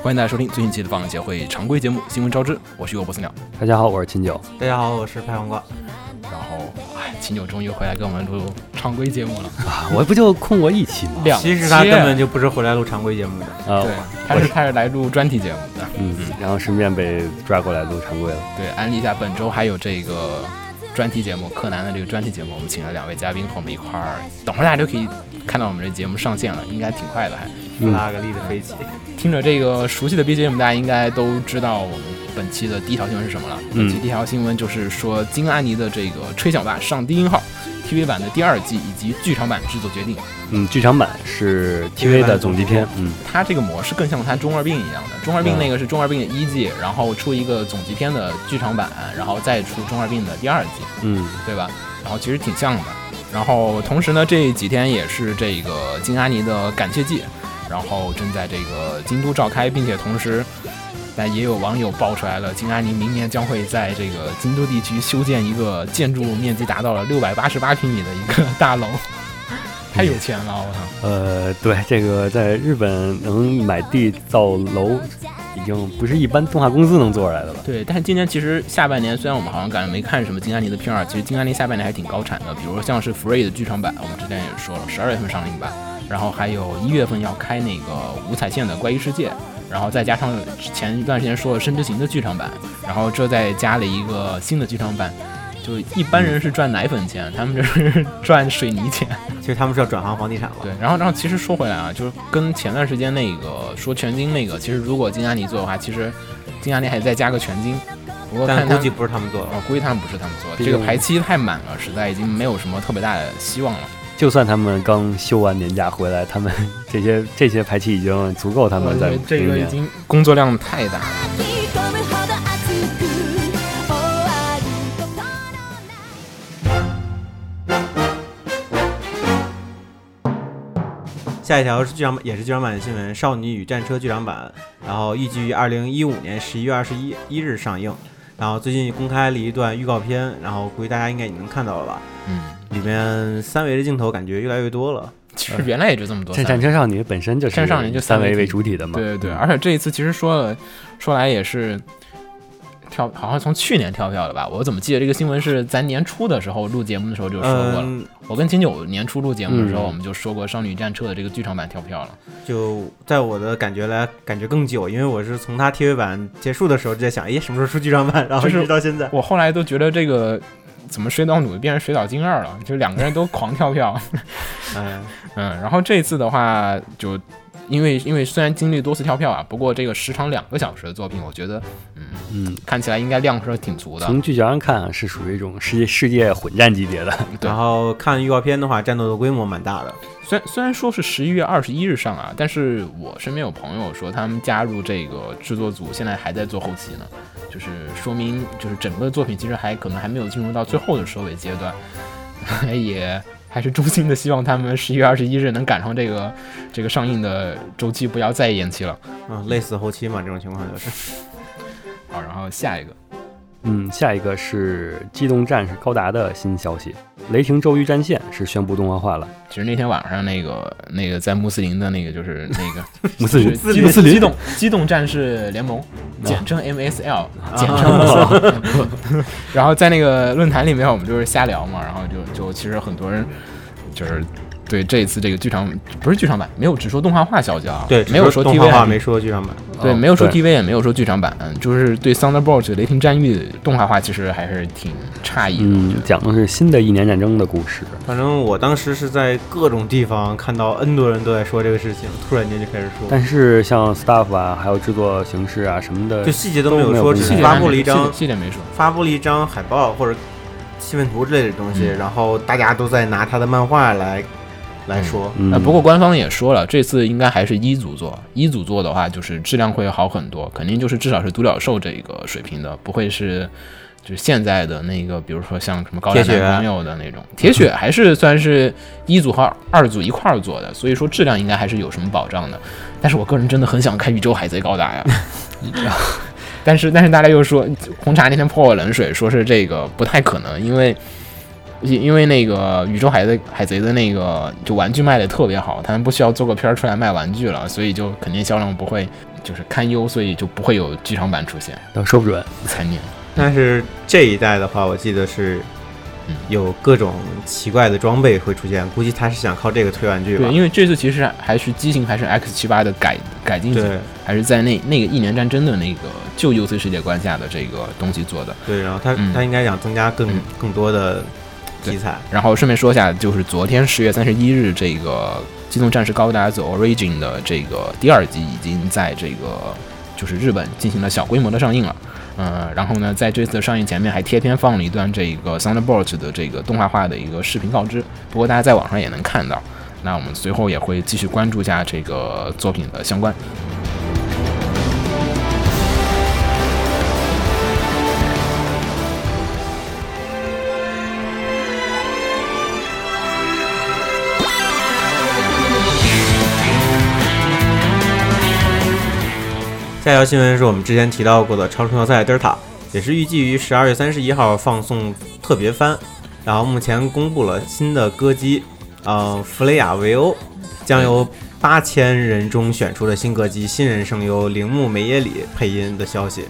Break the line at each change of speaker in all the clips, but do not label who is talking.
欢迎大家收听最新一期的放映协会常规节目《新闻招知》，我是尤伯斯鸟。
大家好，我是秦九。
大家好，我是拍黄瓜。
然后，哎，秦九终于回来给我们录常规节目了，
啊，我不就空过一期吗？
两
其实他
期
根本就不是回来录常规节目的，
啊，
对，他是他是来录专题节目的。
嗯，然后顺便被抓过来录常规了。
对，安利一下，本周还有这个专题节目，柯南的这个专题节目，我们请了两位嘉宾和我们一块儿，等会儿大家就可以看到我们这节目上线了，应该挺快的还。
嗯
拉格利的飞起。
听着这个熟悉的 BGM，大家应该都知道我们本期的第一条新闻是什么了。本期第一条新闻就是说，金安妮的这个《吹响吧上低音号》TV 版的第二季以及剧场版制作决定，
嗯，剧场版是 TV 的总集篇。嗯，
它这个模式更像它中二病一样的。中二病那个是中二病的一季，然后出一个总集篇的剧场版，然后再出中二病的第二季。
嗯，
对吧？然后其实挺像的。然后同时呢，这几天也是这个金阿尼的感谢祭，然后正在这个京都召开，并且同时，但也有网友爆出来了，金阿尼明年将会在这个京都地区修建一个建筑面积达到了六百八十八平米的一个大楼，太有钱了，我操！
呃，对，这个在日本能买地造楼，已经不是一般动画公司能做出来的了。
对，但是今年其实下半年，虽然我们好像感觉没看什么金安妮的片儿，其实金安妮下半年还挺高产的，比如像是《Free》的剧场版，我们之前也说了，十二月份上映吧，然后还有一月份要开那个五彩线的《怪异世界》，然后再加上前一段时间说的《深之行》的剧场版，然后这再加了一个新的剧场版，就一般人是赚奶粉钱，他们这是 赚水泥钱。
其实他们是要转行房地产了。
对，然后然后其实说回来啊，就是跟前段时间那个说全金那个，其实如果金安妮做的话，其其实金安妮还再加个全金。不过看
但
他
估计不是他们做的。
哦，估计他们不是他们做的，
毕
这
竟
个排期太满了，实在已经没有什么特别大的希望了。
就算他们刚休完年假回来，他们这些 这些排期已经足够他
我觉
们在
得呃这
明
个已
年。
经工作量太大了。
吹き込むほど熱く終わること
下一条是剧场版，也是剧场版的新闻，《少女与战车》剧场版，然后预计于二零一五年十一月二十一一日上映。然后最近公开了一段预告片，然后估计大家应该已经看到了吧？
嗯，
里面三维的镜头感觉越来越多了。
其实原来也就这么多
这
三。
战车少女本身就是
战车少女就三
三
维
维为
体
主体的嘛。
对对对，而且这一次其实说了，说来也是跳，好像从去年跳票的吧？我怎么记得这个新闻是咱年初的时候录节目的时候就说过了。
嗯，
我跟秦九年初录节目的时候，
呃嗯
我们就说过《少女战车》的这个剧场版跳票了。
就在我的感觉来，感觉更久，因为我是从它 TV 版结束的时候就在想，哎诶，什么时候出剧场版？然后一
就是
直到现在。
我后来都觉得这个怎么水岛努变成水岛精二了，就两个人都狂跳票。
嗯，
嗯，然后这次的话，就因为因为虽然经历多次跳票啊，不过这个时长两个小时的作品，我觉得
嗯，
看起来应该量是挺足的。
从剧情上看啊是属于一种世界世界混战级别的。
对
然后看预告片的话，战斗的规模蛮大的。
虽然虽然说是十一月二十一日上啊，但是我身边有朋友说他们加入这个制作组，现在还在做后期呢，就是说明就是整个作品其实还可能还没有进入到最后的收尾阶段， 也。还是衷心的希望他们十一月二十一日能赶上这个这个上映的周期，不要再延期了。
嗯，类似后期嘛，这种情况就是。
好，然后下一个，
嗯，下一个是《机动战士高达》的新消息，《雷霆周瑜战线》是宣布动画 化了。
其实那天晚上那个那个在穆斯林的那个就是那 个
穆斯林，
就是
穆斯
机
林，
动机动战士联盟，简称 MSL，简称
啊
MSL。然 后在那个论坛里面，我们就是瞎聊嘛，然后就就其实很多人就是对这一次这个剧场不是剧场版，没有只说动画化消息啊，
对，
没有
只
说
动画
TV
化，
还
没说剧场版。
对，
哦
没有说
对
TV 也没有说剧场版，就是对 Thunderbolt 雷霆战役动画化其实还是挺诧异的。
嗯，讲的是新的一年战争的故事。
反正我当时是在各种地方看到 N 多人都在说这个事情，突然间就开始说，
但是像 staff 啊，还有制作形式啊什么的
就，细节都没有
都没有
说，
公
只
开
是
细节
发
还
布
没
了一张
细节细节没说，
发布了一张海报或者气氛图之类的东西，
嗯
然后大家都在拿他的漫画来来说。
嗯
呃，不过官方也说了，这次应该还是一组做，一组做的话就是质量会好很多，肯定就是至少是独角兽这个水平的，不会是就是现在的那个，比如说像什么高达
铁血啊
男朋友的那种。铁血还是算是一组和二组一块儿做的，所以说质量应该还是有什么保障的。但是我个人真的很想看宇宙海贼高达 呀。但是但是大家又说，红茶那天泼我冷水，说是这个不太可能，因为因因为那个宇宙海贼海贼的那个就玩具卖的特别好，他们不需要做个片儿出来卖玩具了，所以就肯定销量不会，就是堪忧，所以就不会有剧场版出现。
都说不准。
残念，
但是这一代的话，我记得是
嗯
有各种奇怪的装备会出现，估计他是想靠这个推玩具吧
对，。因为这次其实还是机型还是 X 七八的改改进型
对，
还是在那那个一年战争的那个旧 UC 世界观下的这个东西做的。
对，然后他
嗯
他应该想增加更
嗯
更多的
对
题材。
然后顺便说一下，就是昨天十月三十一日，这个《机动战士高达 The Origin》的这个第二集已经在这个就是日本进行了小规模的上映了。呃，然后呢，在这次的上映前面还贴片放了一段这个 Thunderbolt 的这个动画化的一个视频告知，不过大家在网上也能看到。那我们随后也会继续关注一下这个作品的相关。
下一条新闻是我们之前提到过的《超冲要塞德尔塔》，也是预计于十二月三十一号放送特别番。然后目前公布了新的歌姬，呃，弗雷亚维欧将由八千人中选出的新歌姬新人声优铃木美野里配音的消息。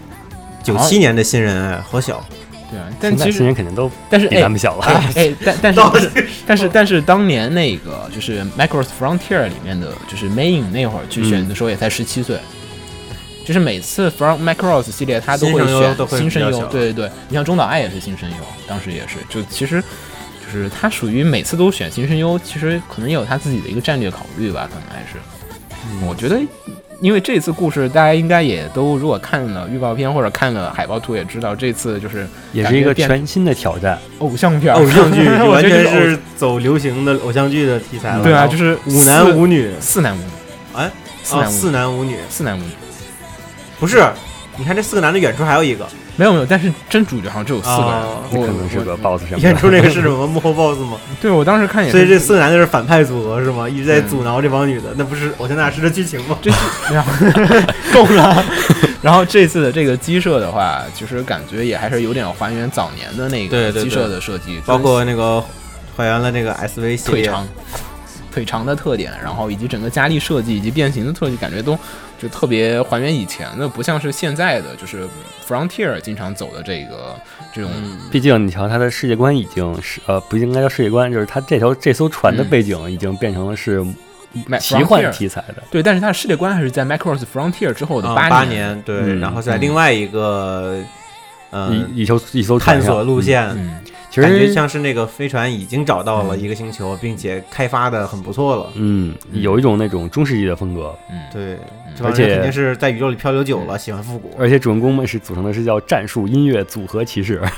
九七年的新人哎，好小，
哦对啊，但
现在
其
新
实
人肯定都
但是
比
哎
咱们小了。
哎，哎但但是但是但是但是当年那个就是 Micros Frontier 里面的就是 Main 那会儿去选的时候也才十七岁，就是每次 From Micros 系列他都
新
会
声优
选
都会
新
比较
声优，
小
对对对，你像中岛爱也是新声优，当时也是，就其实就是他属于每次都选新声优，其实可能也有他自己的一个战略考虑吧，可能还是，
嗯
我觉得。因为这次故事，大家应该也都如果看了预告片或者看了海报图，也知道这次就是
也是一个
感觉变
全新的挑战，
偶像片儿，
偶像剧
我
完
觉得
全
就是偶
是走流行的偶像剧的题材了。
对啊，
然后
就是
五男五女，
四男五女，
哎，
四
啊，
男五
四
女，
男五女，
四男五女，
不是，你看这四个男的远处还有一个，
没有没有，但是真主角好像只有四个人
哦，
我
可能是个
我
BOSS 什么
远
的。
处那个是什么幕后 BOSS 吗？
对我当时看也
所以这
是，
四个男的是反派组合是吗？一直在
嗯
阻挠这帮女的，那不是偶像大师的剧情 吗？
这 是然后够了，然后这次的这个鸡舍的话，其实感觉也还是有点还原早年的那
对
个
对对
鸡舍的设计，
包括那个还原了那个 SV 系
腿
列，
长。腿长的特点，然后以及整个加力设计以及变形的特技，感觉都就特别还原以前的，不像是现在的，就是嗯 Frontier 经常走的这个这种
毕竟你瞧，它的世界观已经是呃，不应该叫世界观，就是它这条这艘船的
嗯
背景已经变成了是
Mac
奇幻
Frontier
题材的。
对，但是它的世界观还是在 Macross Frontier 之后的
嗯
八
八
年。
年对，
嗯
然后在另外一个嗯
一一艘一艘船
探索
上
路，线，
嗯，
嗯其
感觉
实
像是那个飞船已经找到了一个星球，并且开发的很不错了。
嗯，有一种那种中世纪的风格，
嗯，
对，这
而
帮
且
人肯定是在宇宙里漂流久了，喜欢复古。
而且主人公们是组成的是叫战术音乐组合骑士，
哦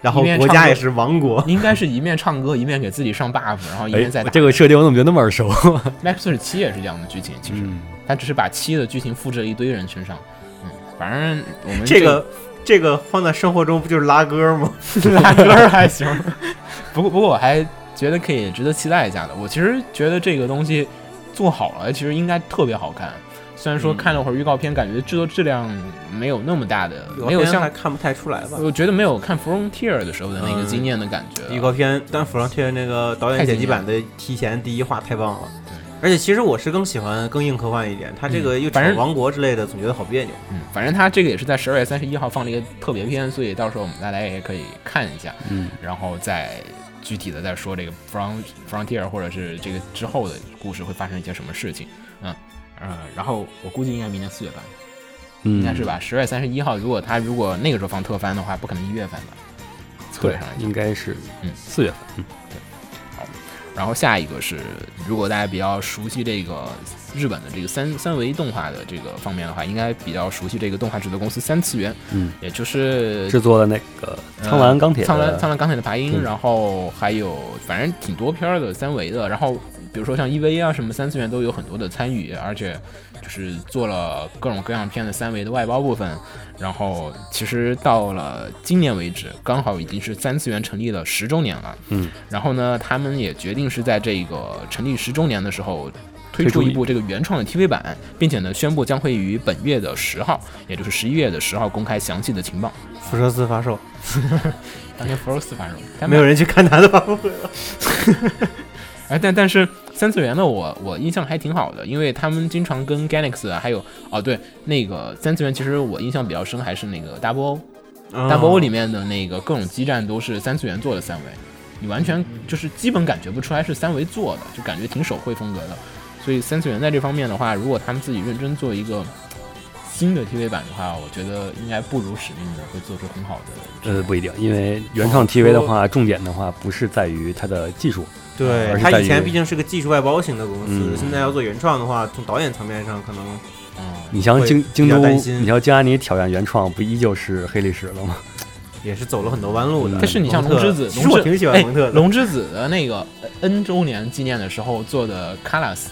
然后
一面
国
唱
家
歌
也是王国，
应该是一面唱歌一面给自己上 buff，然后一
哎
面在打。，
这个设定我怎么觉得那么耳熟？
Maxer 七也是这样的剧情，其实
嗯，
他只是把七的剧情复制了一堆人身上。嗯，反正我们
这个这个放在生活中不就是拉歌吗？
拉歌儿还行，不过不过我还觉得可以值得期待一下的。我其实觉得这个东西做好了，其实应该特别好看。虽然说
嗯
看了会儿预告片，感觉制作质量没有那么大的，没有
片还
像呃
看不太出来吧？
我觉得没有看 Frontier 的时候的那个
嗯
惊艳的感觉。啊
预告片，但《弗朗特那个导演剪辑版的提前第一话太棒了。而且其实我是更喜欢更硬科幻一点，它这个又
嗯反
扯
正
王国之类的，总觉得好别扭。
嗯，反正他这个也是在十二月三十一号放了一个特别篇，所以到时候我们大家也可以看一下，
嗯，
然后再具体的再说这个 Front Frontier 或者是这个之后的故事会发生一些什么事情，嗯。呃，然后我估计应该明年四月份，应
应
该是？吧？十月三十一号，如果他如果那个时候放特番的话，不可能一月份吧？凑
对
上来，就。
应该是
嗯
四月份。
然后下一个是，如果大家比较熟悉这个日本的这个三三维动画的这个方面的话，应该比较熟悉这个动画制作公司三次元，
嗯，
也就是
制作了那个《苍蓝钢铁》
苍蓝
的
苍蓝钢铁的爬音，
嗯
然后还有反正挺多片儿的三维的，然后比如说像 EVA 啊什么三次元都有很多的参与，而且就是做了各种各样片的三维的外包部分，然后其实到了今年为止，刚好已经是三次元成立了十周年了，
嗯，
然后呢，他们也决定是在这个成立十周年的时候。推
推
出
出
一
一
部这个原创的 TV 版，并且呢，宣布将会于本月的十号，也就是十一月的十号公开详细的情报。
辐射四发售，
当天 Pro 四发售，但
没有人去看它的发布会了。
哎，但但是三次元的我我印象还挺好的，因为他们经常跟 Galaxy 啊，还有哦对，那个三次元其实我印象比较深还是那个 Double O。大波
o
屋里面的那个各种基站都是三次元做的三维，你完全就是基本感觉不出来是三维做的，就感觉挺手绘风格的。所以三次元在这方面的话，如果他们自己认真做一个新的 TV 版的话，我觉得应该不辱使命的会做出很好的。
呃，不一定，因为原创 TV 的
哦
话，重点的话不是在于它的技术，
对
嗯
而是
他
在
以前
于
毕竟是个技术外包型的公司，
嗯
现在要做原创的话，从导演层面上可能
嗯，
你像
会
京京
比较
都，
担心
你像京安尼挑战原创，不依旧是黑历史了吗？
也是走了很多弯
嗯
路的。
嗯但是你像
蒙
龙
特
之子，
其实我
龙之
挺喜欢
哎
蒙特的。
龙之子的那个呃 N 周年纪念的时候做的 Colors，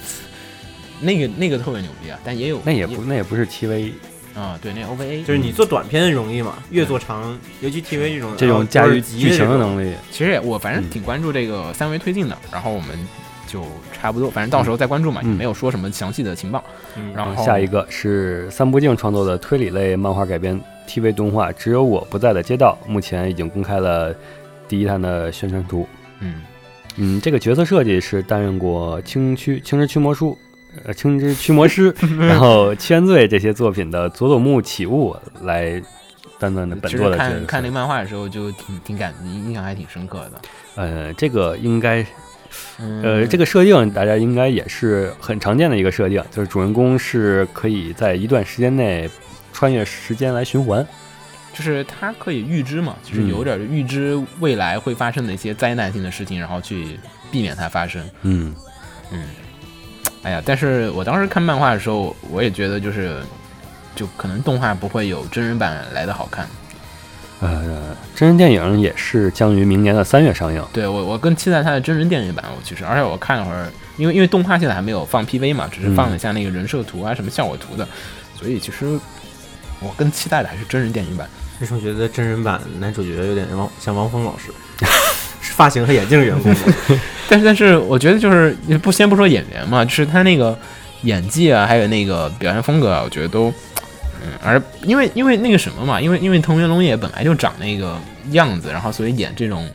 那个那个特别牛逼啊，但也有
那也不，那也不是 TV
啊、对，那 OVA
就是你做短片容易嘛，越做长，尤其 TV 这
呃
种
嗯这
然后
种驾
多
驭
少集的
剧情
这
的
种
能力。
其实也我反正
嗯
挺关注这个三维推进的，然后我们就差不多，反正到时候再关注嘛，
嗯
也没有说什么详细的情报。
嗯
然后
下一个是三不敬创作的推理类漫画改编 TV 动画《只有我不在的街道》，目前已经公开了第一弹的宣传图。
嗯，
嗯，这个角色设计是担任过《青区青之驱魔书》呃《青之驱魔师》，
嗯
然后《七原罪》这些作品的佐佐木启悟来担任的本
其
作
实
的角
看
色。
看那个漫画的时候就挺挺感印象还挺深刻的。
呃，这个应该
嗯，
呃，这个设定大家应该也是很常见的一个设定，就是主人公是可以在一段时间内穿越时间来循环。
就是它可以预知嘛，
嗯
就是有点预知未来会发生的一些灾难性的事情，然后去避免它发生。
嗯，
嗯，哎呀，但是我当时看漫画的时候，我也觉得就是，就可能动画不会有真人版来的好看。
呃，真人电影也是将于明年的三月上映。
对我，我更期待它的真人电影版。我其实，而且我看了会儿，因为因为动画现在还没有放 PV 嘛，只是放了一下那个人设图啊、什么效果图的，所以其实我更期待的还是真人电影版。
为什么觉得真人版男主角有点王像王峰老师？ 是发型和眼镜的缘故吗？
但是，但是我觉得就是不先不说演员嘛，就是他那个演技啊，还有那个表现风格啊，我觉得都，嗯，而因为因为那个什么嘛，因为因为藤原龙也本来就长那个样子，然后所以演这种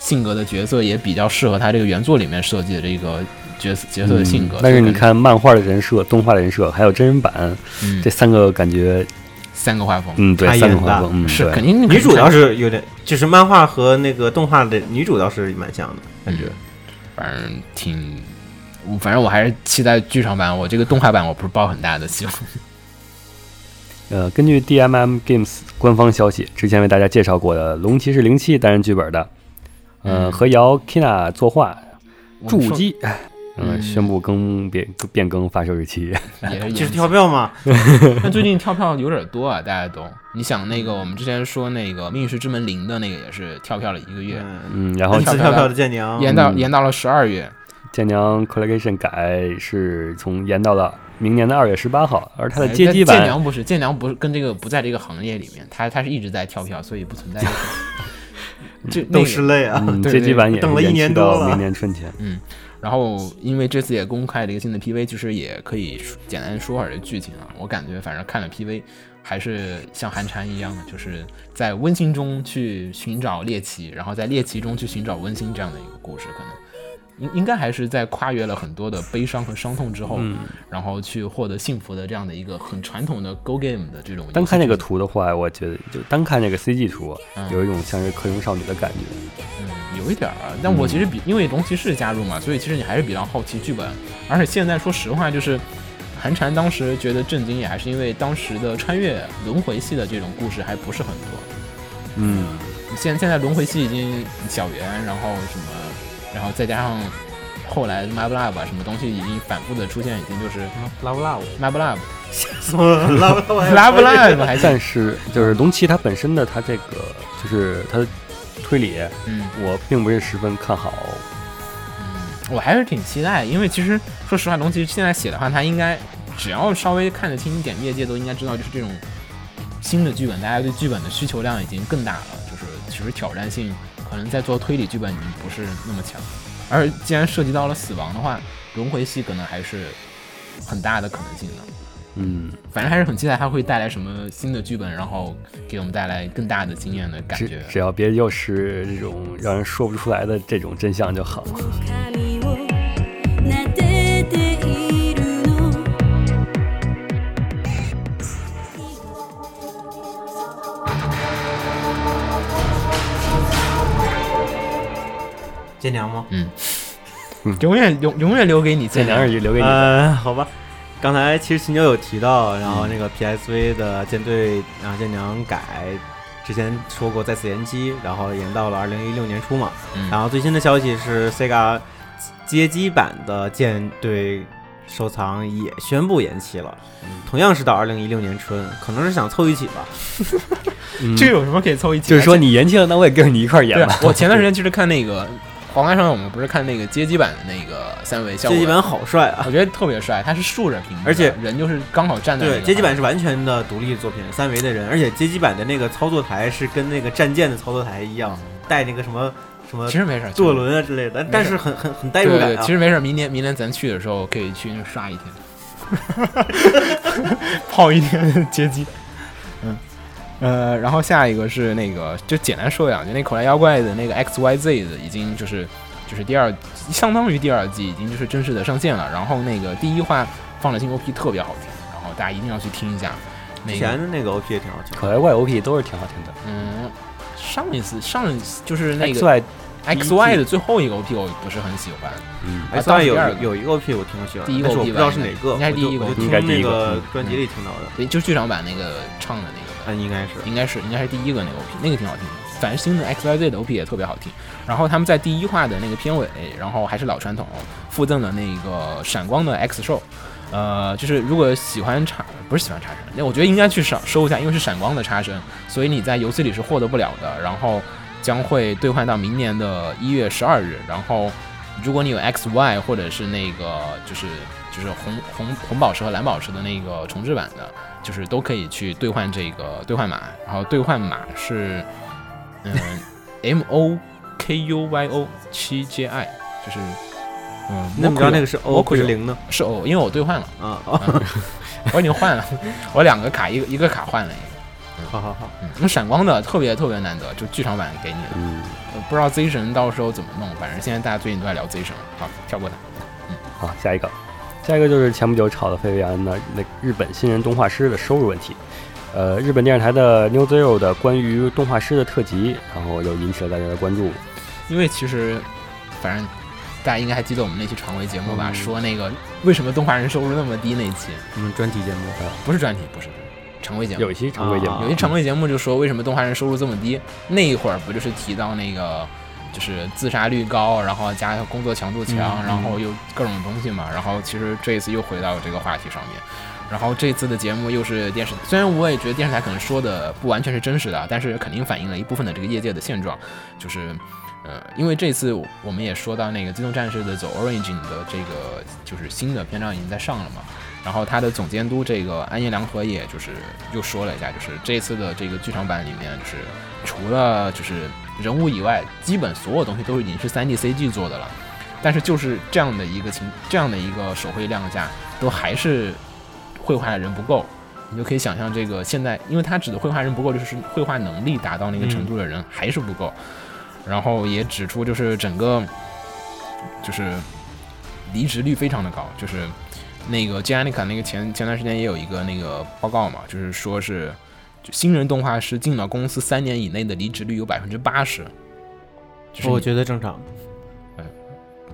性格的角色也比较适合他这个原作里面设计的这个角色角色的性格。
嗯但是你
所以感
看漫画的人设、动画的人设，还有真人版
觉，嗯
这三个感觉，
三个画风，
嗯，对
差，异
三个
很大
画风，嗯，
是
对
肯定
女主倒
是，
是有点，就是漫画和那个动画的女主倒是蛮像的感觉。
反正挺，我反正我还是期待剧场版。我这个动画版我不是抱很大的希望。
呃，根据 DMM Games 官方消息，之前为大家介绍过的《龙骑士零七》担任剧本的，呃，
嗯
和姚 Kina 作画，
我
筑
说
基，呃，
嗯
宣布更变变更发售日期。
也
嗯
是
就是
演
跳票嘛，
但最近跳票有点多啊，大家都。你想那个我们之前说那个《命运石之门零》的那个也是跳票了一个月，
嗯，
嗯，然后
恩
跳
赐
票
跳
的
票的剑娘，
延到
嗯
延到了十二月。
剑娘 Collection 改是从延到了明年的二月十八号，而它的
哎
街机
但剑
版，
娘不是剑娘不是跟这个不在这个行业里面，他他是一直在跳票，所以不存在 这个。就那
都
个
是泪啊！
嗯，
对
街机版也
等了
是
一
延
年
期
多
到
了
明年春前。
然后因为这次也公开了一个新的 PV，就是也可以呃说简单说会儿这剧情啊。我感觉反正看了 PV，还是像寒蝉一样的，就是在温馨中去寻找猎奇，然后在猎奇中去寻找温馨这样的一个故事，可能。嗯应应该还是在跨越了很多的悲伤和伤痛之后，
嗯
然后去获得幸福的这样的一个很传统的 Go Game 的这种游戏剧情。
单看这个图的话，我觉得就单看这个 CG 图，
嗯
有一种像是克隆少女的感觉。
嗯，有一点儿啊，但我其实比、因为龙骑士加入嘛，所以其实你还是比较好奇剧本。而且现在说实话，就是韩蝉当时觉得震惊，也还是因为当时的穿越轮回系的这种故事还不是很多。
嗯，
现现在轮回系已经小圆，然后什么，然后再加上后来 Mab Lab 啊什么东西已经反复的出现，已经就是
拉不拉我？
Mab Lab
拉不拉我？
Lab Lab 还
但
在
是就是龙骑它本身的它这个就是它的推理，
嗯。
我并不是十分看好。
我还是挺期待，因为其实说实话，龙骑士现在写的话，他应该只要稍微看得清一点业界，都应该知道，就是这种新的剧本，大家对剧本的需求量已经更大了，就是其实挑战性可能在做推理剧本已经不是那么强，而既然涉及到了死亡的话，轮回系可能还是很大的可能性的。
嗯，
反正还是很期待它会带来什么新的剧本，然后给我们带来更大的经验的感
只
觉。
只要别又是这种让人说不出来的这种真相就好。
髪を
剑娘吗？
永远永永远留给你
这
剑娘
两耳。就留给你。
呃，好吧。刚才其实秦九有提到，然后那
嗯
个 PSV 的舰队，然后舰娘改，之前说过再次延期，然后延到了二零一六年初嘛。
嗯
然后最新的消息是，Sega 街机版的舰队收藏也宣布延期了，嗯同样是到二零一六年春，可能是想凑一起吧。
嗯
这有什么可以凑一起？
就是说你延期了，那我也跟着你一块儿
对
演
啊
吧。，
我前段时间其实看那个《皇冠上我们不是看那个街机版的那个三维效
街
果，
机版好帅啊！
我觉得特别帅，它是竖着屏幕的，
而且
人就是刚好站在那
对，
个
街机版
上
是完全的独立作品，三维的人，而且街机版的那个操作台是跟那个战舰的操作台一样，
嗯
带那个什么什么
其实没事儿，
坐轮啊之类的，但但是很很很代
对
入
对
感
对，
啊
其。实没事儿，明年明年咱去的时候可以去那刷一天，泡一天街机。嗯，呃，然后下一个是那个，就简单说两句，那口袋妖怪的那个 X Y Z 的已经就是就是第二，相当于第二季已经就是正式的上线了。然后那个第一话放的新 OP 特别好听，然后大家一定要去听一下。那
以
个
前的那个 OP 也挺好听的，
口袋怪 OP 都是挺好听的。
嗯，上一次上一次就是那
X
个
Y，
X Y 的最后一个 OP 我不是很喜欢。
嗯，
啊
哎，当然有
当时第二个
有一个 OP 我挺有喜欢的，
第一个
但是我
OP
不知道
吧
是哪个，
应该是
我就
第一个
我就
OP
听
应该第
那
一个
个
嗯
专辑里听到的，
对，就是剧场版那个唱的那个吧，
嗯，应该是。
应该是应该是第一个那个 OP，那个挺好听的。反正新的 X Y Z 的 OP 也特别好听。然后他们在第一话的那个片尾，然后还是老传统，附赠了那个闪光的 X 兽。呃，就是如果喜欢叉，不是喜欢叉神，那我觉得应该去赏收一下，因为是闪光的叉神，所以你在游戏里是获得不了的。然后将会兑换到明年的一月十二日。然后，如果你有 X Y 或者是那个就是就是红红红宝石和蓝宝石的那个重置版的，就是都可以去兑换这个兑换码。然后兑换码是 嗯 M O K U Y O 七 J I，就是嗯，
那你知道那个是 O
我
不
可
是
有
零呢？
是哦，因为我兑换了，
啊，哦，
我已经换了， 我两个卡一个一个卡换了一个。
好好好，
嗯，那闪光的特别特别难得，就剧场版给你了。
嗯，
呃不知道 Z 神到时候怎么弄，反正现在大家最近都在聊 Z 神。好，跳过它。
好，下一个，下一个就是前不久炒得沸沸扬扬的那日本新人动画师的收入问题。呃，日本电视台的 New Zero 的关于动画师的特辑，然后又引起了大家的关注。
因为其实，反正大家应该还记得我们那期常规节目吧，说那个为什么动画人收入那么低那一期，
我们专题节目，
不是专题，不是常规节目。
有一期常规节目，
啊
有一常规节目就说为什么动画人收入这么低，那一会儿不就是提到那个就是自杀率高，然后加上工作强度强，
嗯
然后又各种东西嘛，然后其实这一次又回到这个话题上面。然后这次的节目又是电视，虽然我也觉得电视台可能说的不完全是真实的啊，但是肯定反映了一部分的这个业界的现状，就是，呃，因为这次我我们也说到那个《机动战士》的走 Origin 的这个就是新的篇章已经在上了嘛，然后他的总监督这个安彦良和也就是又说了一下，就是这次的这个剧场版里面，就是除了就是人物以外，基本所有东西都已经是 3D CG 做的了。但是就是这样的一个情，这样的一个手绘量下，都还是绘画人不够。你就可以想象这个现在，因为他指的绘画人不够，就是绘画能力达到那个程度的人还是不够。然后也指出，就是整个就是离职率非常的高，就是那个 Janica 那个前前段时间也有一个那个报告嘛，就是说是就新人动画师进了公司三年以内的离职率有百分之八十，就是
我
你
觉得正常
嗯。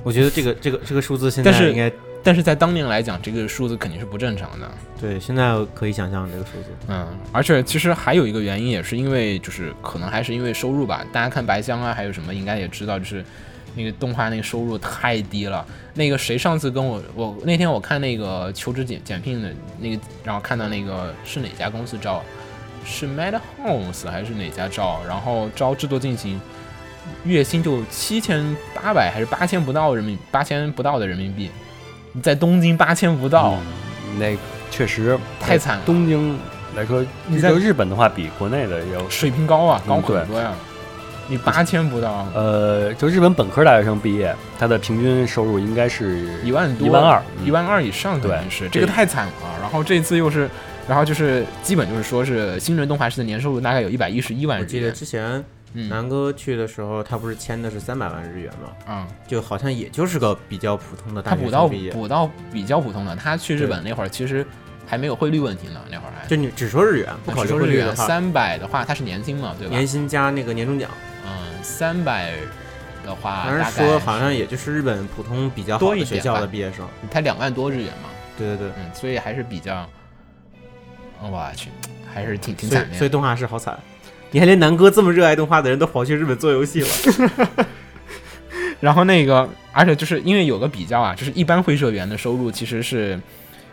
我觉得这个这个这个数字现在
但是
应该
但是在当年来讲，这个数字肯定是不正常的。
对，现在可以想象这个数字。
嗯，而且其实还有一个原因，也是因为就是可能还是因为收入吧。大家看白箱啊，还有什么应该也知道，就是那个动画那个收入太低了。那个谁上次跟我我那天我看那个求职简简聘的那个，然后看到那个是哪家公司招，是 Madhouse 还是哪家招？然后招制作进行，月薪就七千八百还是八千不到人民八千不到的人民币，在东京八千不到，
嗯那确实
太惨了
东京来说，
你在
就日本的话，比国内的要
水平高啊，
嗯
高很多呀、你八千不到，
呃，就日本本科大学生毕业，他的平均收入应该是
一万多，
一万二，
嗯
一万二以上肯
对
定是，
这
这个太惨了。然后这次又是，然后就是基本就是说是新人动画师的年收入大概有一百一十一万
我
日
记得啊
元，
之前
嗯
南哥去的时候，他不是签的是三百万日元吗？
啊，
就好像也就是个比较普通的
他
大学
补到
生毕业，
补到比较普通的，他去日本那会儿其实还没有汇率问题呢，那会儿还
就你只说日元，不考
啊
虑
只
汇
汇率
率的
元
话，
三百的话，他是年薪嘛，对吧？
年薪加那个年终奖，
嗯，三百的的话，
当
大
时
概
说好像也就是日本普通比较好
多一
的
点
学校
吧
的毕业生，
才两万多日元嘛，
对对
嗯，所以还是比较，我去，还是挺挺
对，所
惨
以
的。
所以动画是好惨。你看，连南哥这么热爱动画的人都跑去日本做游戏了，
然后那个，而且就是因为有个比较啊，就是一般会社员的收入其实是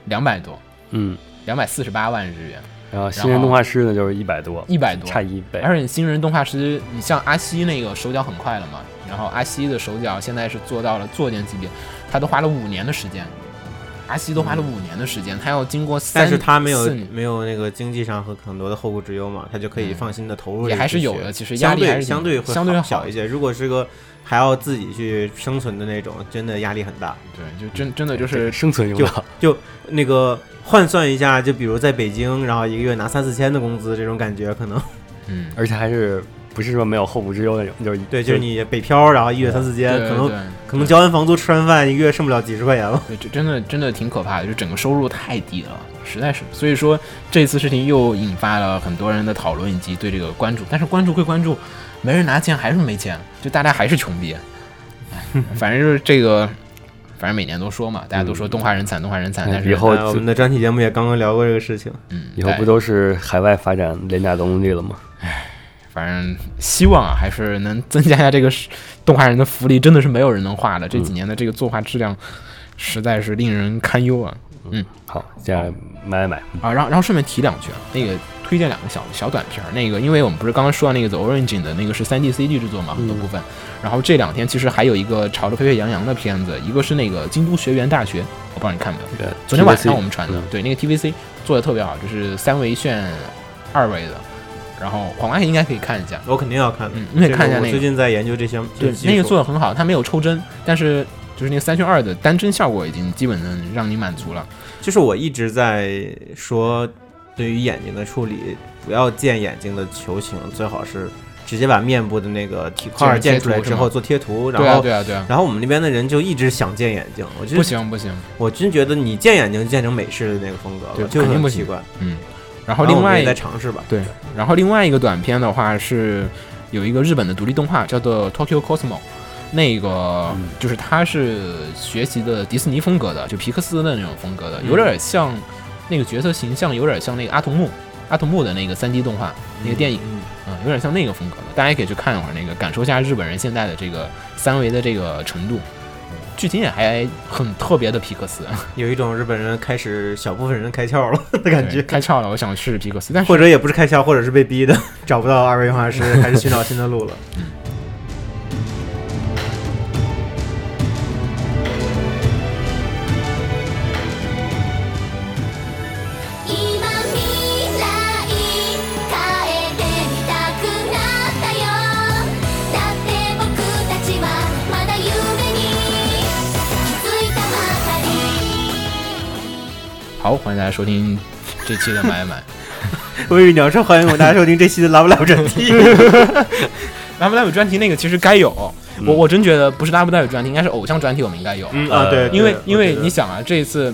两百多，
嗯，
两百四十八万日元，
然后新人动画师呢就是一百多，
一百多。
差一倍。
而且新人动画师，你像阿西那个手脚很快了嘛，然后阿西的手脚现在是做到了坐垫级别，他都花了五年的时间，阿西都花了五年的时间，他要经过三，
但是他没有
四年
没有那个经济上和很多的后顾之忧嘛，他就可以
嗯
放心的投入这
也
个
还是
自学
有的，其实压
相
力还是
对相对
挺
会
相对
好
好
小一些。如果是个还要自己去生存的那种，真的压力很大。
对，就真真的就是
生存用的，
那个换算一下，就比如在北京，然后一个月拿三四千的工资，这种感觉可能
嗯，
而且还是不是说没有后顾之忧那种，就是
对，就是你北漂，然后一月三四千，
对
可能
对
可能交完房租吃完饭，一个月剩不了几十块钱了。
对，这真的真的挺可怕的，就整个收入太低了，实在是。所以说这次事情又引发了很多人的讨论以及对这个关注，但是关注归关注，没人拿钱还是没钱，就大家还是穷逼。 哎，反正就是这个，反正每年都说嘛，大家都说动画人惨，动画人惨，
嗯哎
但是
以后
哎我们的专题节目也刚刚聊过这个事情，
嗯，
以后
对
不都是海外发展廉价劳动力了吗？
反正希望啊，还是能增加一下这个是动画人的福利，真的是没有人能画
嗯
了。这几年的这个作画质量实在是令人堪忧啊。
好，这样买买买，
啊，然后然后顺便提两句啊，那个推荐两个小小短片儿，那个因为我们不是刚刚说到那个 The Origin 的那个是 3D CG 制作嘛，很
嗯
多部分，然后这两天其实还有一个吵得沸沸扬扬的片子，一个是那个京都学园大学，我不知道你看没有，
对
呃昨天晚上我们传的，
嗯
对，那个 TVC 做的特别好，就是三维炫二维的，然后黄阿姨应该可以看一下，
我肯定要看的。
嗯，你可以看一下
这个我
那个
最，近在研究这些，
对
这，技
那个
术
做的很好，它没有抽帧，但是就是那个三炫二的单帧效果已经基本能让你满足了。
就是我一直在说，对于眼睛的处理，不要建眼睛的球形，最好是直接把面部的那个体块儿
建
建出来
贴图是
之
吗
后做贴图，然
对啊，
后。
对啊，对啊，
然后我们那边的人就一直想建眼睛，我
不
就
行不行，
我真觉得你建眼睛建成美式的那个风格
对
了，就
肯定
很
不
奇
行
怪。
嗯。然后
然后
另
我们
外
也在尝试吧，
对，然后另外一个短片的话是有一个日本的独立动画叫
嗯
做《Tokyo Cosmo》，那个就是它是学习的迪士尼风格的，就皮克斯的那种风格的，
嗯
有点像那个角色形象，有点像那个阿童木。阿童木的那个 3D 动画，那个电影，
嗯
嗯，有点像那个风格的，大家也可以去看一会儿那个，感受一下日本人现在的这个三维的这个程度。剧情也还很特别的皮克斯，
有一种日本人开始小部分人开窍了 的 感
对
觉，
开窍了。我想试试皮克斯，但是
或者也不是开窍，或者是被逼的， 找不到二维画师，开始寻找新的路了。
今未来変えてみたくなったよだって僕たちはまだ夢に気づいたばかり
好，欢迎大家收听这期的买买。
我以为你要说欢迎我们大家收听这期的 Love Love 专题。
拉布拉布专题那个其实该有，我我真觉得不是拉布拉布专题，应该是偶像专题，我们应该有，
嗯啊，对，
呃因为
对
因
我
为
觉得
你想啊，这一次，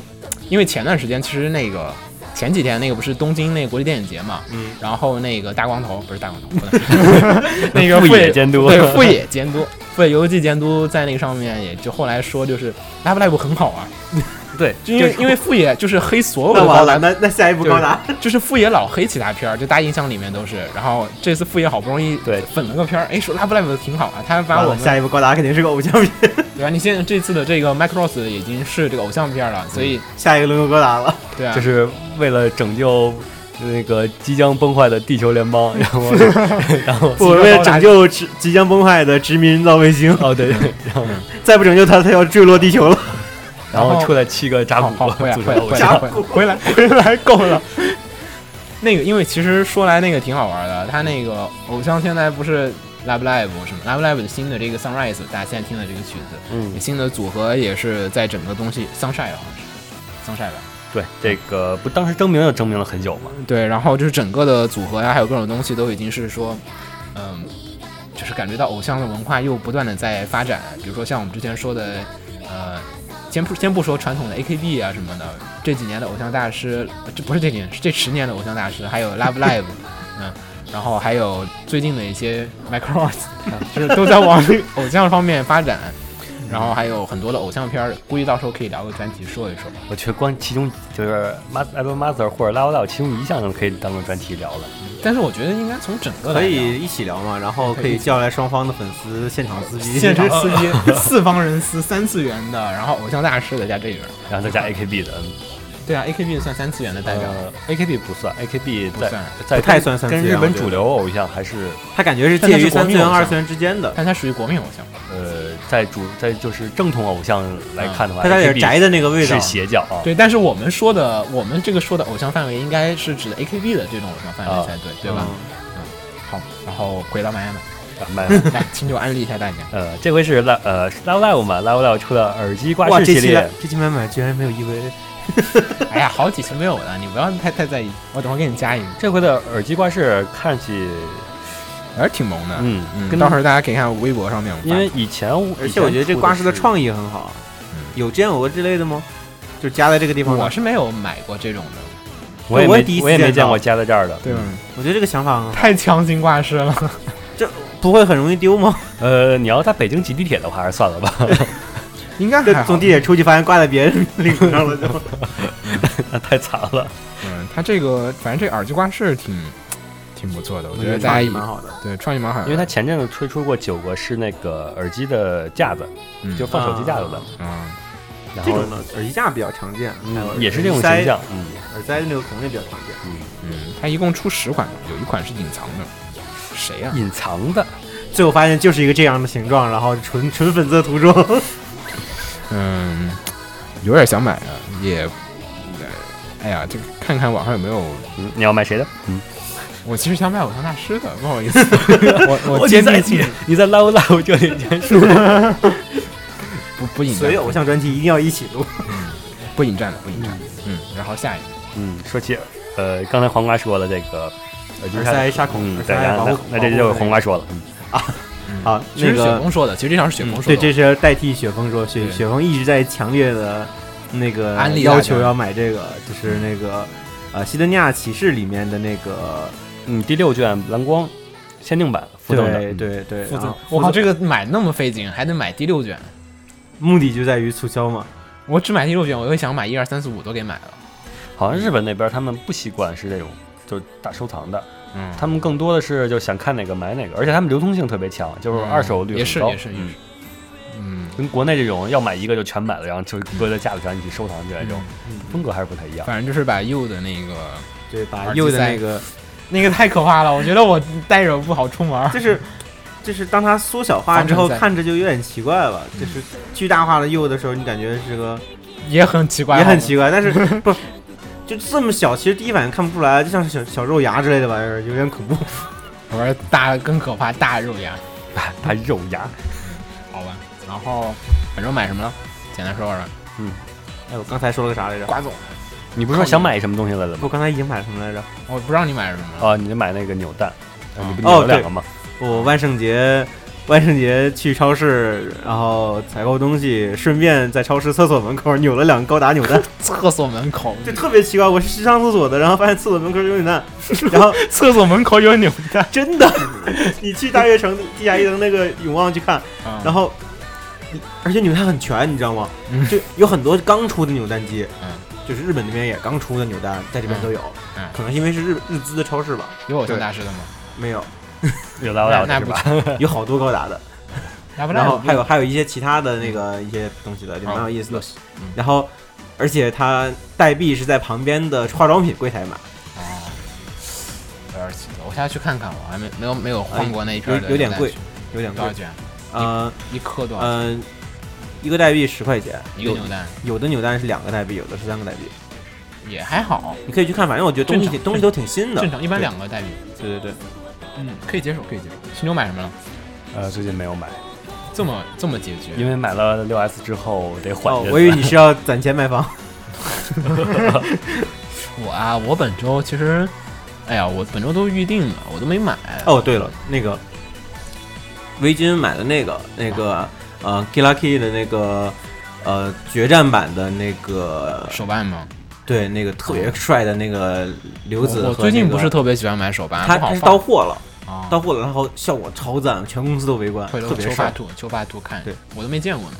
因为前段时间其实那个前几天那个不是东京那个国际电影节嘛，
嗯，
然后那个大光头不是大光头，不能 那个
副
富
野监督
对富野监督，富野游记监督在那个上面也就后来说就是拉布拉布很好玩，
对，
就因为因为富野就是黑所有
那
的
完
高
了，
达，
那那下一步高达，
就是富野老黑其他片儿，就大家印象里面都是，然后这次富野好不容易
对
粉了个片儿，哎说拉布拉布挺好啊，他还把
完
我
了
们
下一步高达肯定是个偶像片，
对吧？啊你现在这次的这个 Macross 已经是这个偶像片
嗯
了，所以
下一个轮流高达 了。
对啊，
就是为了拯救那个即将崩坏的地球联邦，然后然后
我为了拯救殖即将崩坏的殖民造卫星，
哦对对，然后
再不拯救它，它要坠落 地球了。
然后出来七个扎
好
古
好回来
组
回
成
来
偶
回
像，
来回来回来够了。那个，因为其实说来那个挺好玩的，他那个偶像现在不是 Love Live 什么 Love Live 的新的这个 Sunrise，大家现在听的这个曲子，
嗯，
新的组合也是在整个东西 Sunshine 好像是 Sunshine 吧。
对，这个不当时征名就征名了很久嘛，
对，然后就是整个的组合呀、还有各种东西都已经是说，嗯，就是感觉到偶像的文化又不断的在发展。比如说像我们之前说的，呃，先不先不说传统的 AKB 啊什么的，这几年的偶像大师，呃这不是这几年，是这十年的偶像大师，还有 Love Live，嗯，然后还有最近的一些 micro arts，就是都在 往偶像方面发展。然后还有很多的偶像片儿，估计到时候可以聊个专题说一说。
我觉得光其中就是 Mother Apple Mother 或者 Love Love 其中一项就可以当做专题聊了。
但是我觉得应该从整个来
可
聊
以一起聊嘛，然后可以叫来双方的粉丝现场撕逼，
现场司机四方人撕三次元的，然后偶像大师的加这个，
然后再加 AKB 的，嗯
对啊，AKB 算三次元的代表。
呃，AKB 不算，AKB
不
在
算
在
不太
跟
算三次
跟
元
日本
我觉得
主流偶像还是
他感觉是介于三次元、二次元之间的，
但它属于国民偶像，
呃，在主在就是正统偶像来看的话，
他有嗯点
AKB
宅的那个味道
是。邪教啊。
对。但是我们说的，我们这个说的偶像范围，应该是指的 AKB 的这种偶像范围才对，对吧？
嗯
好，然后回到迈阿密，
啊卖
来， 请就安利一下大家。
呃，这回是 Love 呃 Love Live 嘛，Love Live 出了耳机
嗯？
挂
哇，
饰
这
系
期
列
来，这期买买居然没有 EVA，
哎呀，好几期没有了，你不要太太在意，我等会儿给你加一个，
这回的耳机挂饰看起，
还是挺萌的。
嗯，
嗯，
跟
到时候大家可以看微博上面我发，
因为以前
而且我觉得这挂饰的创意很好
嗯，
有建模之类的吗？就加在这个地方，
我
我
是没有买过这种的，
我也
我
没
也第一次
我也没
见
见
到
过加在这儿的，
对吧？
我觉得这个想法很好
太强行挂失了。
不会很容易丢吗？
呃，你要在北京挤地铁的话，还是算了吧。
应该
就
还好
从地铁出去发现挂在别人领子上了，就
那太惨了。
嗯，它这个反正这耳机挂饰挺挺不错的，我觉得大家
创意
也
蛮好的。
对创意蛮好的，
嗯
因为它前阵子推出过九个是那个耳机的架子，
嗯
就放手机架子的，
嗯
然
啊这
后
种的耳机架比较常见，还有
嗯也是这种
耳
形
塞，
象，嗯，
耳塞的那个孔也比较常见。
嗯，它一共出十款，有一款是隐藏的，谁呀、
隐藏的，
最后发现就是一个这样的形状，然后纯纯粉色涂装。
嗯，有点想买啊，也，哎呀，这个看看网上有没有。
嗯，你要买谁的？嗯，
我其实想买偶像大师的，不好意思，我我接地
在
气
你，你在 Love Love 这里
嗯
结束，
不不引
所以
战，
偶像专题一定要一起录。
不引战的，不引战。嗯，然后下一个，
嗯，说起呃，刚才黄瓜说了这个耳机
耳
架
塞、沙孔
嗯，，
耳
对，
塞
然
防护
后
孔
那这就是黄瓜说了，嗯
嗯，
啊，
其
那
实雪
个
峰说的，其实这场是雪峰说的。
嗯
啊
对，这是代替雪峰说，雪
对
雪峰一直在强烈的那个
安利大家
要求要买这个，就是那个呃西德尼亚骑士里面的那个，
嗯，第六卷蓝光限定版附赠的，
嗯
对对对，啊
负
然
责
后，
我靠，这个买那么费劲，还得买第六卷。
目的就在于促销嘛。
我只买第六卷，我又想把一二三四五都给买了。
嗯好像日本那边他们不习惯是这种就是大收藏的，
嗯，
他们更多的是就想看哪个买哪个，而且他们流通性特别强，就是二手率
也
很
是
高，
也是也
嗯
是。嗯，
跟国内这种要买一个就全买了，然后就搁在架子上一起收藏起来这种
嗯
风格还是不太一样。
反正就是把 U 的那个
对，把
耳机
右的
塞
那个，
那个太可怕了，我觉得我带着不好出门。
就是就是当它缩小化
防
之后，
尘塞
看着就有点奇怪了。
嗯
就是巨大化的右的时候，你感觉是个
也很奇怪，
也很奇 怪，但是不就这么小，其实第一反应看不出来，就像是小小肉芽之类的玩意儿，有点恐怖。
怪。我说大更可怕，大肉芽，
它肉芽，
好吧。然后本周买什么了？简单说说吧。
哎，我刚才说了个啥来 着？
瓜总，
你不是说想买什么东西来了吗？
我刚才已经买了什么来着？
我不知道你买什么了。
哦，你就买那个扭蛋，
啊
你不扭了两个吗？
我万圣节，万圣节去超市，然后采购东西，顺便在超市厕所门口扭了两个高达扭蛋，
厕所门 口，
就特别奇怪。我是去上厕所的，然后发现厕所门口有扭蛋，然后
厕所门口有扭蛋。
真的， 你去大悦城地下一层那个永旺去看，然
后
后，你而且扭蛋很全，你知道吗
嗯？
就有很多刚出的扭蛋机，
嗯，
就是日本那边也刚出的扭蛋，在这边都有
嗯嗯，
可能是因为是日日资的超市吧，
有偶像大师的吗？
没有，
有拉不了
那
是 吧？
有好多高达的，
要不哦
然后还有还有一些其他的那个一些东西的，就蛮有意思的
嗯。
然后，而且它代币是在旁边的化妆品柜台买，
哦，有点奇怪，我下去看看，我还没没有没有晃过那一片儿的
有有点
牛仔
贵
裙，
有点
多少。
贵
钱？
呃
一颗啊多少钱？
嗯，一个代币十块钱，
一个
有
扭蛋
有的扭蛋是两个代币，有的是三个代币。
也还好，
你可以去看，反正我觉得东西
正常
东西都挺新的，
正常，一般
啊对
两个代币，
对对对。
嗯，可以接受，可以接受。秦牛买什么了？
呃，最近没有买，
这么这么解决？
因为买了六 S 之后得缓
哦
着。，
我以为你是要攒钱买 房。
我啊，我本周其实，哎呀，我本周都预定了，我都没买。
哦，对了，那个微君买的那个那个呃 k i l a k i 的那个呃决战版的那个
手办吗？
对那个特别帅的那个刘子和那个、
我最近不是特别喜欢买手办，
他
不好
他是
放
到货了，
啊
到货了，然后效果超赞，全公司都围观，
回
特
头
别
求发
帅，
图求发图看，
对
我都没见过呢。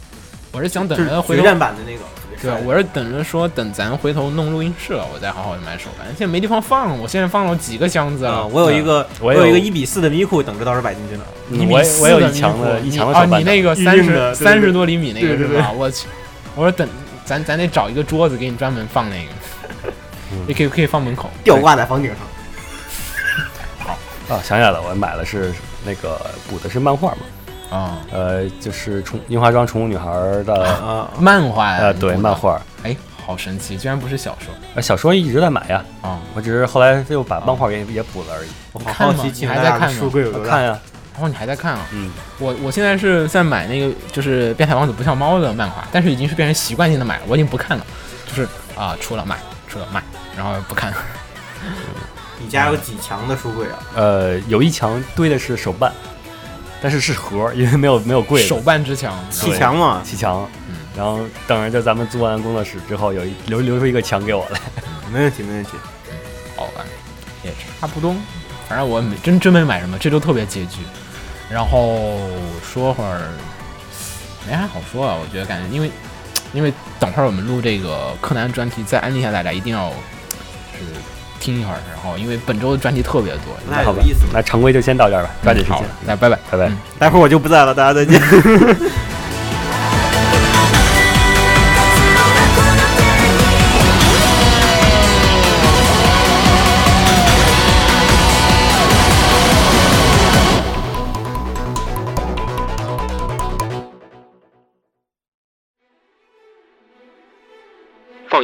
我是想等
就是
着回
决
头，
战版的那个，特别
对
帅，
我是等着说等咱回头弄录音室了，我再好好的买手办。现在没地方放，我现在放了几个箱子
啊，
了。
我有一个
我
我
也有
有一个一比四的咪库，等着到时候摆进去呢。
一
嗯
米
我也
四
我有
的
一墙的
衣服
一墙
你
的手
哦，你
办的，
那个
硬
三十
的对
三
对
十
对
多厘米那个
对对
是吧？我去，我说等咱咱得找一个桌子给你专门放那个，
嗯
也可以可以放门口。
吊挂在房顶上，
啊，想起来了，我买的是那个补的是漫画嘛，
啊，
呃，就是宠樱花庄宠物女孩儿的
啊，
漫画呀
呃，对漫，画儿，
哎，好神奇，居然不是小说
呃小说一直在买呀，
啊！
我只是后来又把漫画给也补了而已。
我
你
好
看吗
奇清
你还
大
在
家的
看吗
书柜有多
我
大？
看呀，
哦，你还在看啊？
嗯，
我我现在是在买那个就是《变态王子不像猫》的漫画，但是已经是变成习惯性的买了，我已经不看了，就是啊、出了买，出了买，然后不看了。
你家有几强的书柜啊？
呃，有一墙堆的是手办，但是是盒儿，因为没有没有柜
手
子，
办之强，
对
七强嘛，
砌墙。
嗯
然后当然就咱们租完工作室之后，有一留留出一个墙给我来。
没问题，没问题。
好吧，也差不多。反正我没真真没买什么，这周特别拮据。然后说会儿没啥好说啊，我觉得感觉因为因为等会儿我们录这个柯南专题，再安利一下大家一定要就是听一会儿，然后因为本周的专题特别多，嗯
那
好
有
吧
意思，吗？
那常规就先到这儿吧，抓紧时
好
间
了，，那拜拜。嗯
拜拜。
待会儿我就不在了，大家再见。
放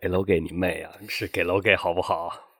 给楼给你妹啊，是给楼给好不好？